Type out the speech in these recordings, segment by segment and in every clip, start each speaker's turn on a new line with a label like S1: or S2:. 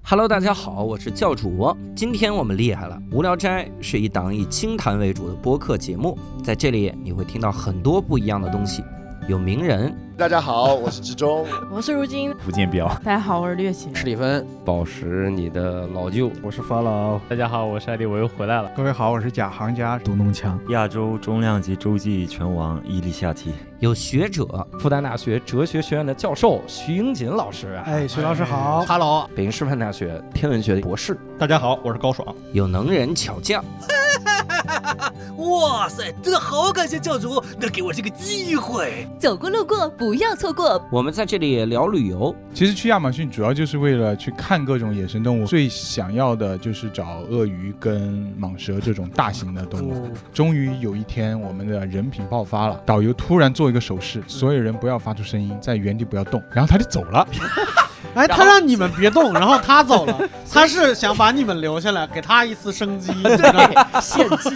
S1: Hello，大家好，我是教主。今天我们厉害了，无聊斋是一档以清谈为主的播客节目，在这里你会听到很多不一样的东西，有名人，
S2: 大家好，我是志忠。
S3: 我是如今，
S4: 福建标，
S3: 大家好，我是略行。
S5: 史蒂芬，宝石，你的老舅，
S6: 我是法老，
S7: 大家好，我是艾丽，我又回来了。
S6: 各位好，我是假行家独弄枪。
S8: 亚洲重量级洲际拳王伊利夏提，
S1: 有学者，
S5: 复旦大学哲学学院的教授徐英锦老师，啊
S6: 哎，徐老师好，
S5: 哈喽，北京师范大学天文学博士，
S9: 大家好，我是高爽。
S1: 有能人巧匠，
S10: 哇塞，真的好感谢教主能给我这个机会。
S11: 走过路过不要错过。
S1: 我们在这里聊旅游，
S12: 其实去亚马逊主要就是为了去看各种野生动物，最想要的就是找鳄鱼跟蟒蛇这种大型的动物。终于有一天，我们的人品爆发了，导游突然做一个手势，所有人不要发出声音，在原地不要动，然后他就走了。
S13: 哎，他让你们别动，然后他 走了，他是想把你们留下来，给他一次生机。
S5: 对，献祭。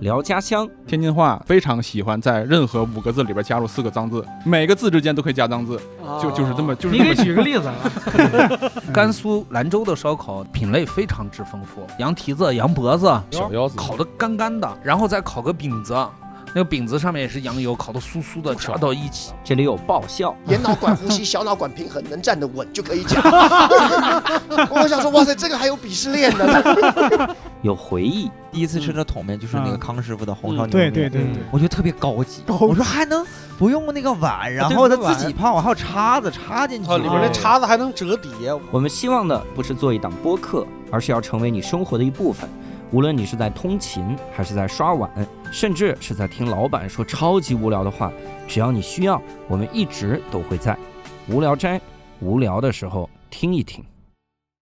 S1: 聊家乡，
S14: 天津话非常喜欢在任何五个字里边加入四个脏字，每个字之间都可以加脏字，哦、就就是这么就是这么。
S6: 你给举个例子啊？
S15: 甘肃兰州的烧烤品类非常之丰富，羊蹄子、羊脖子、
S5: 小腰子
S15: 烤的干干的，然后再烤个饼子。那个饼子上面也是羊油，烤的酥酥的，炸到一起。
S1: 这里有爆笑，
S2: 眼脑管呼吸，小脑管平衡，能站得稳就可以讲。 我想说，哇塞，这个还有鄙视链呢。
S1: 有回忆，
S16: 第一次吃的桶面
S13: 嗯
S16: 就是那个康师傅的红烧牛肉面、嗯，
S6: 对对对对，
S16: 我觉得特别高级。高级我说还能不用那个碗，然后他自己泡，还有叉子插进去，
S13: 哦里面那叉子还能折叠。
S1: 我们希望的不是做一档播客，而是要成为你生活的一部分。无论你是在通勤，还是在刷碗，甚至是在听老板说超级无聊的话，只要你需要，我们一直都会在。无聊斋，无聊的时候听一听。